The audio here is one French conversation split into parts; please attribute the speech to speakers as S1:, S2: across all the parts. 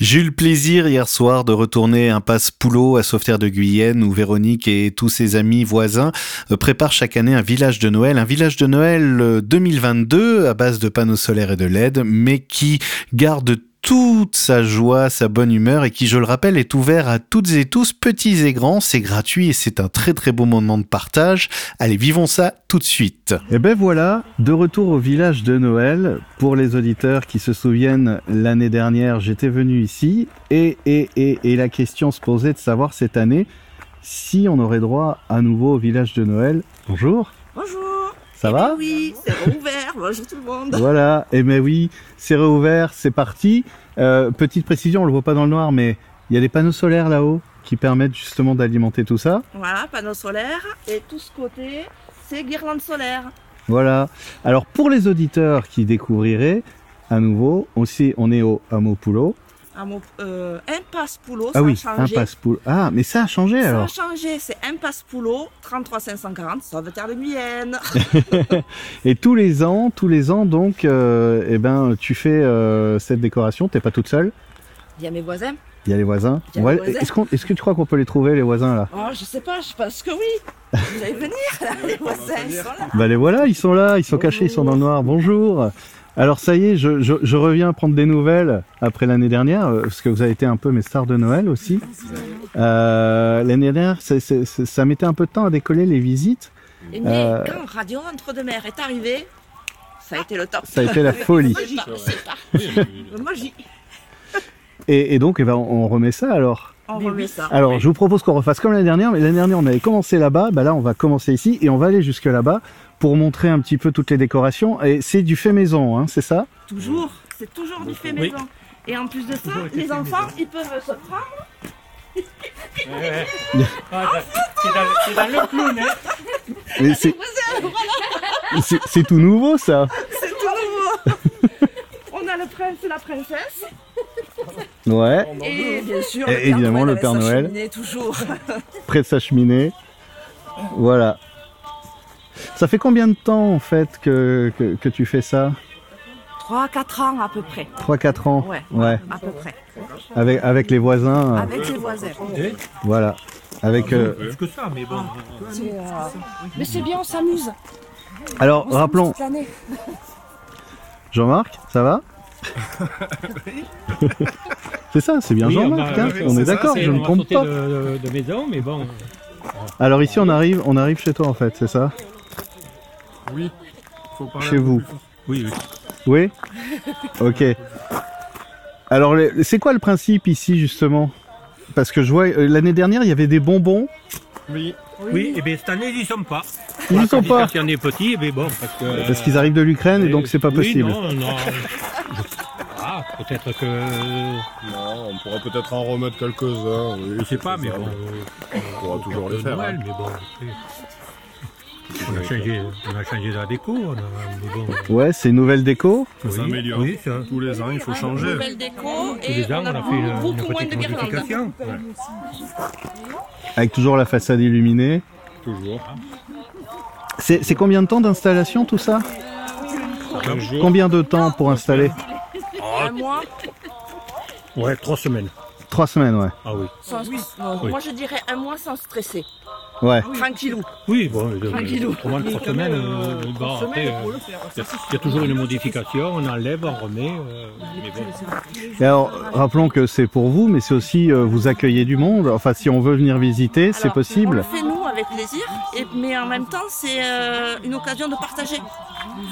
S1: J'ai eu le plaisir hier soir de retourner un passe Poulot à Sauveterre de Guyenne où Véronique et tous ses amis voisins euh, préparent chaque année un village de Noël. Un village de Noël euh, 2022 à base de panneaux solaires et de LED, mais qui garde toute sa joie, sa bonne humeur et qui, je le rappelle, est ouvert à toutes et tous, petits et grands. C'est gratuit et c'est un très très beau moment de partage. Allez, vivons ça tout de suite.
S2: Et ben voilà, de retour au village de Noël. Pour les auditeurs qui se souviennent, l'année dernière, j'étais venu ici et, et, et, et la question se posait de savoir cette année si on aurait droit à nouveau au village de Noël. Bonjour.
S3: Bonjour.
S2: Ça
S3: Eh
S2: va
S3: ben Oui, c'est rouvert. Bonjour tout le monde.
S2: Voilà, et mais oui, c'est réouvert, c'est parti. Euh, petite précision, on le voit pas dans le noir, mais il y a des panneaux solaires là-haut qui permettent justement d'alimenter tout ça.
S3: Voilà, panneau solaire. Et tout ce côté, c'est guirlande solaire.
S2: Voilà. Alors pour les auditeurs qui découvriraient, à nouveau, aussi on est au hameau Poulot.
S3: Un mot, euh, impasse Poulot, ça
S2: Ah oui,
S3: a changé.
S2: impasse Poulot. Ah, mais ça a changé
S3: ça a
S2: alors.
S3: changé, c'est Impasse Poulot, 33 540, Sauveterre de Guyenne.
S2: Et tous les ans, tous les ans donc, euh, eh ben tu fais euh, cette décoration. T'es pas toute seule.
S3: Il y a mes voisins.
S2: Il y a les voisins.
S3: Il y a les voisins.
S2: Est-ce qu'on- est-ce que tu crois qu'on peut les trouver les voisins là
S3: Oh, je sais pas, je pense que oui. Vous allez venir, là, les voisins, ils sont là.
S2: Bah les voilà, ils sont là, ils sont
S3: Bonjour.
S2: cachés, ils sont dans le noir. Bonjour. Alors ça y est, je, je, je reviens prendre des nouvelles après l'année dernière, euh, parce que vous avez été un peu mes stars de Noël aussi. Euh, l'année dernière, c'est- c'est- c'est- ça mettait un peu de temps à décoller les visites.
S3: Et mais
S2: Euh.
S3: quand Radio Entre-deux-Mers est arrivé, ça a été le top.
S2: Ça a été la folie.
S3: C'est pas- c'est pas- Magie.
S2: Et, et donc, eh ben, on remet ça alors.
S3: On remet ça.
S2: Alors, je vous propose qu'on refasse comme l'année dernière, mais l'année dernière, on avait commencé là-bas, bah là, on va commencer ici, et on va aller jusque là-bas pour montrer un petit peu toutes les décorations. Et c'est du fait maison, hein, c'est ça
S3: Toujours, c'est toujours du fait
S4: Oui.
S3: maison. Et en plus de ça,
S4: Toujours été
S3: les
S4: fait
S3: enfants,
S4: maison.
S3: ils peuvent se prendre.
S4: Ah, c'est dans, c'est dans le clown, hein.
S2: Mais c'est- c'est c'est tout nouveau, ça
S3: C'est tout nouveau. On a le prince et la princesse.
S2: Ouais.
S3: Et bien sûr,
S2: Et évidemment, le Père
S3: avec sa
S2: Noël.
S3: cheminée, toujours.
S2: près de sa cheminée. Voilà. Ça fait combien de temps en fait que, que, que tu fais ça
S3: 3-4 ans à peu près.
S2: 3-4 ans
S3: Ouais,
S2: Ouais.
S3: à peu près.
S2: Avec, avec les voisins. euh,
S3: Avec les voisins.
S2: Voilà. Avec, euh,
S4: Plus que ça, mais bon.
S2: Ah,
S3: C'est,
S4: Ah.
S3: euh, Mais c'est bien, on s'amuse.
S2: Alors
S3: On s'amuse
S2: rappelons,
S3: toute l'année.
S2: Jean-Marc, ça va C'est ça, c'est bien
S4: Oui,
S2: Jean-Marc.
S4: on a-
S2: hein,
S4: oui,
S2: on
S4: c'est
S2: est
S4: ça,
S2: d'accord,
S4: c'est-
S2: je
S4: on
S2: ne
S4: va
S2: trompe
S4: sauter
S2: pas.
S4: De, de maison, mais bon.
S2: Alors ici on arrive, on arrive chez toi en fait, c'est ça
S5: Oui, faut parler
S2: Chez
S5: un peu
S2: vous.
S5: plus fort.
S4: Oui, oui.
S2: Oui Ok. Alors, le- c'est quoi le principe ici, justement Parce que je vois, euh, l'année dernière, il y avait des bonbons.
S5: Oui,
S4: et bien eh ben, cette année, ils y sont pas.
S2: Ils n'y sont
S4: Quand
S2: pas
S4: Quand on est petit, mais bon, parce que. euh,
S2: Parce qu'ils arrivent de l'Ukraine,
S5: Euh,
S2: et donc c'est pas
S4: Oui,
S2: possible.
S4: non, non. Ah, peut-être que.
S5: non, on pourra peut-être en remettre quelques-uns. Oui,
S4: Je sais pas, mais
S5: faisable.
S4: bon.
S5: On pourra toujours les
S4: de
S5: faire.
S4: Noël,
S5: hein.
S4: mais bon. c'est- On a changé, on a changé la déco, on a, mais bon.
S2: Ouais, c'est une nouvelle déco.
S5: Ça s'améliore.
S4: oui, ça.
S5: Tous les ans, il faut changer.
S3: Nouvelle déco
S4: Tous
S3: et
S4: les ans,
S3: on a
S4: fait une, une
S3: beaucoup moins de
S4: petite
S3: guirlandes.
S4: modification.
S2: Avec toujours la façade illuminée.
S5: Toujours.
S2: C'est c'est combien de temps d'installation, tout ça
S5: Toujours.
S2: Combien de temps pour installer
S3: Un mois,
S4: Ouais, trois semaines.
S2: Trois semaines, ouais.
S4: Ah oui.
S3: sans... non,
S4: Oui.
S3: moi je dirais un mois sans stresser.
S2: Ouais.
S3: Tranquillou.
S4: Oui, bon,
S3: Tranquillou.
S4: autrement, trois semaines, euh, bon, après, euh, il y a- il y a toujours une modification, on enlève, on remet, euh, mais bon.
S2: Et alors, rappelons que c'est pour vous, mais c'est aussi euh, vous accueillez du monde. Enfin, si on veut venir visiter, c'est
S3: Alors, On le
S2: possible.
S3: fait nous avec plaisir, et, mais en même temps c'est euh, une occasion de partager.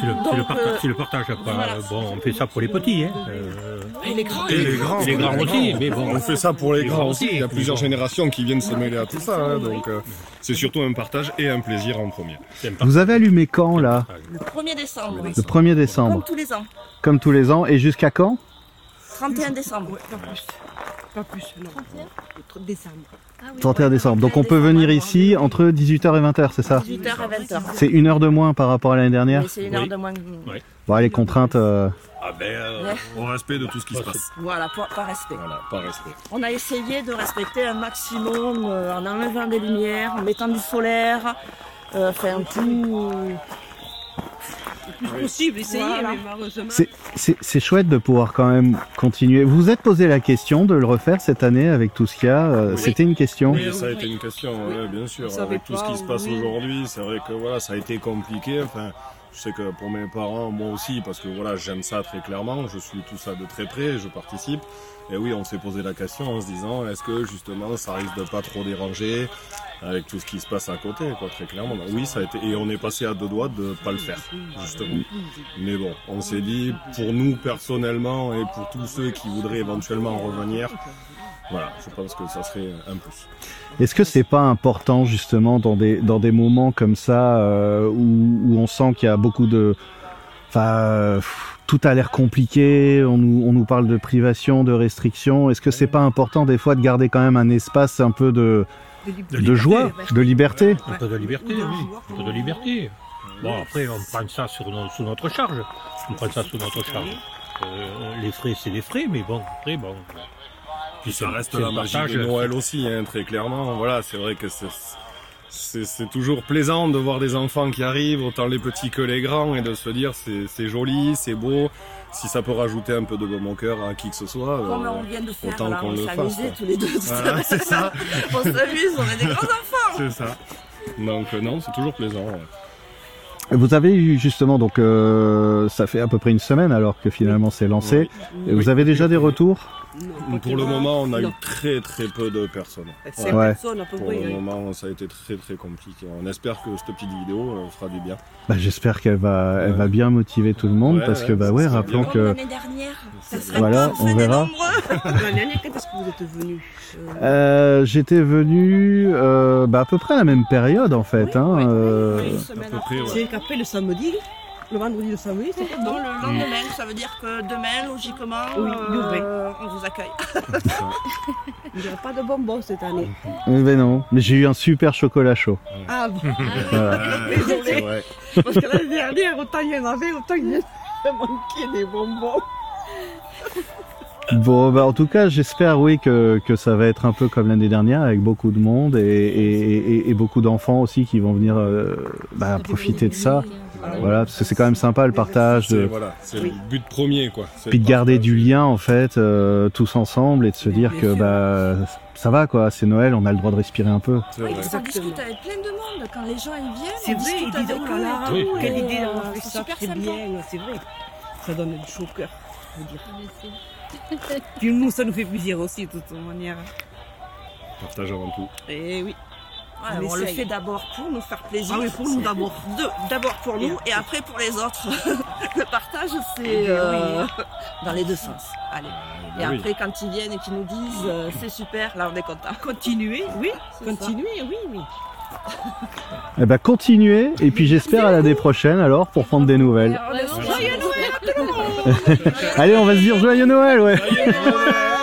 S4: C'est le, c'est le
S3: Donc,
S4: parta-
S3: euh,
S4: c'est le partage, après,
S3: voilà.
S4: euh, bon, on fait ça pour les petits, hein. euh,
S3: Et les grands,
S5: Et les grands.
S4: les grands aussi, mais bon.
S5: On fait ça pour les
S4: Les
S5: grands
S4: grands
S5: aussi. Il y a
S4: aussi.
S5: plusieurs générations qui viennent se mêler à tout ça. hein, donc, euh, c'est surtout un partage et un plaisir en premier.
S4: c'est un
S2: Vous avez allumé quand, là
S4: partage.
S3: le 1er décembre,
S2: Le 1er décembre.
S3: comme tous les ans,
S2: Comme tous les ans. Et jusqu'à quand
S3: 31 décembre.
S2: 31 décembre. Donc on peut venir ici entre 18h et 20h, c'est ça
S3: 18h à 20h.
S2: C'est une heure de moins par rapport à l'année dernière
S3: Mais c'est une heure
S4: Oui.
S3: de moins. que-
S2: Bon, les contraintes... euh,
S5: Ah ben,
S3: Ouais.
S5: au respect de tout ce qui se passe.
S3: Voilà, par, par respect.
S5: Voilà, par respect.
S3: On a essayé de respecter un maximum euh, en enlevant des euh, lumières, en mettant du solaire, euh, enfin tout.
S6: le plus possible, essayer.
S7: Voilà,
S6: hein.
S7: mais malheureusement,
S2: C'est- C'est c'est chouette de pouvoir quand même continuer. Vous vous êtes posé la question de le refaire cette année avec tout ce qu'il y a. euh,
S5: Oui.
S2: C'était une question.
S5: Oui, ça a été une question, ouais, bien sûr.
S6: On savait
S5: Avec tout ce
S6: pas,
S5: qui se passe
S6: oui.
S5: aujourd'hui, c'est vrai que voilà, ça a été compliqué. Enfin, je sais que pour mes parents, moi aussi, parce que voilà, j'aime ça très clairement, je suis tout ça de très près, je participe. Et oui, on s'est posé la question en se disant, est-ce que justement, ça risque de pas trop déranger avec tout ce qui se passe à côté, quoi, très clairement. Donc, oui, ça a été, et on est passé à deux doigts de pas le faire, justement. Mais bon, on s'est dit, pour nous personnellement et pour tous ceux qui voudraient éventuellement revenir, voilà, je pense que ça serait un pouce.
S2: Est-ce que c'est pas important justement dans des dans des moments comme ça euh, où, où on sent qu'il y a beaucoup de, enfin, euh, pff, tout a l'air compliqué. On nous on nous parle de privation, de restrictions. Est-ce que c'est pas important des fois de garder quand même un espace un peu de
S6: De-
S2: de, joie, de liberté
S4: Un peu de liberté,
S6: Ou de
S4: oui.
S6: joie.
S4: Un peu de liberté. Bon, après, on prend ça sur nos- sous notre charge. On prend ça sous notre charge. Euh, les frais, c'est des frais, mais bon, après, bon.
S5: Puis ça
S4: C'est-
S5: reste
S4: c'est
S5: la
S4: le
S5: magie
S4: partage.
S5: de Noël aussi, hein, très clairement. Voilà, c'est vrai que c'est- c'est c'est toujours plaisant de voir des enfants qui arrivent, autant les petits que les grands, et de se dire c'est c'est joli, c'est beau. Si ça peut rajouter un peu de bon au cœur à qui que ce soit,
S3: Comme
S5: euh,
S3: on vient de faire,
S5: autant
S3: là,
S5: qu'on
S3: on
S5: le fasse,
S3: s'amusait
S5: quoi.
S3: tous les deux. tout à
S5: Voilà,
S3: l'heure.
S5: c'est ça.
S3: on s'amuse, on est des grands enfants.
S5: c'est ça. Donc euh, non, c'est toujours plaisant. ouais.
S2: Vous avez eu justement donc euh, ça fait à peu près une semaine alors que finalement c'est lancé. Et Vous avez déjà des retours
S6: Non,
S5: Pour le
S6: pas-
S5: moment, on a
S6: non.
S5: eu très très peu de personnes.
S6: Cinq
S2: Ouais.
S6: personnes à peu
S5: Pour
S6: près.
S5: le
S6: oui.
S5: moment, ça a été très très compliqué. On espère que cette petite vidéo euh, fera du bien.
S2: bah, J'espère qu'elle va elle va bien motiver tout le monde
S5: Ouais,
S2: parce que
S5: ouais,
S2: bah
S5: ça
S2: ouais
S5: serait
S2: rappelons
S5: bien.
S3: Comme
S2: que
S3: l'année dernière, ça serait
S2: Voilà,
S3: pas
S2: on
S3: fait des
S2: verra.
S3: nombreux.
S6: L'année dernière, quand est-ce que vous êtes venu
S2: Euh, j'étais venu euh, bah, à peu près à la même période en fait. hein, euh,
S5: À peu près, ouais.
S6: C'est qu'après le samedi, le vendredi le samedi, c'est pas
S3: Donc
S6: Ah bon.
S3: le lendemain,
S5: Mm.
S3: ça veut dire que demain, logiquement,
S6: Oui,
S3: euh, on vous accueille.
S6: Il n'y aura pas de bonbons cette année.
S2: Mais non, mais j'ai eu un super chocolat chaud.
S6: Ah bon
S2: Voilà.
S5: C'est
S6: Désolé,
S5: vrai.
S6: parce que l'année dernière, autant il y en avait, autant il y en manquait des bonbons.
S2: Bon, bah, en tout cas, j'espère oui que, que ça va être un peu comme l'année dernière avec beaucoup de monde et, et, et- et beaucoup d'enfants aussi qui vont venir euh, bah, profiter de ça. Voilà, parce que c'est quand même sympa le partage
S5: C'est
S2: de
S5: voilà, c'est
S6: Oui.
S5: le but premier quoi. C'est
S2: Ah, puis de garder du lien en fait euh, tous ensemble et de se dire que bah ça va quoi, c'est Noël, on a le droit de respirer un peu.
S5: C'est vrai.
S3: On discute
S6: Exactement.
S3: avec plein de monde. Quand les gens ils viennent,
S6: C'est
S3: on
S6: vrai, ils
S3: discute
S6: disent
S3: avec
S6: oh
S3: eux
S6: là là,
S3: et tout,
S6: quelle
S3: et,
S6: idée
S3: euh,
S6: d'avoir fait
S3: c'est
S6: ça,
S3: super
S6: c'est
S3: sympa.
S6: bien, c'est vrai. Ça donne du chaud au cœur, je veux dire. Puis nous, ça nous fait plaisir aussi, de toute manière.
S5: Partage avant tout.
S6: Eh oui.
S3: Ouais,
S6: On
S3: on le
S6: essaye.
S3: fait d'abord pour nous faire plaisir.
S6: Ah oui, pour nous d'abord.
S3: De- D'abord pour nous et après pour les autres. le partage,
S6: Eh
S3: c'est euh, dans les deux sens. Allez.
S5: Ah,
S3: Et
S5: oui.
S3: après, quand ils viennent et qu'ils nous disent euh, c'est super, là on est content.
S6: Continuer, oui.
S3: C'est
S6: Continuer, oui, oui.
S2: Eh ben continuez et puis j'espère à l'année prochaine alors pour prendre des nouvelles.
S7: Vraiment.
S2: Allez, on va se dire joyeux Noël, ouais.
S5: Aïe, aïe, aïe, aïe.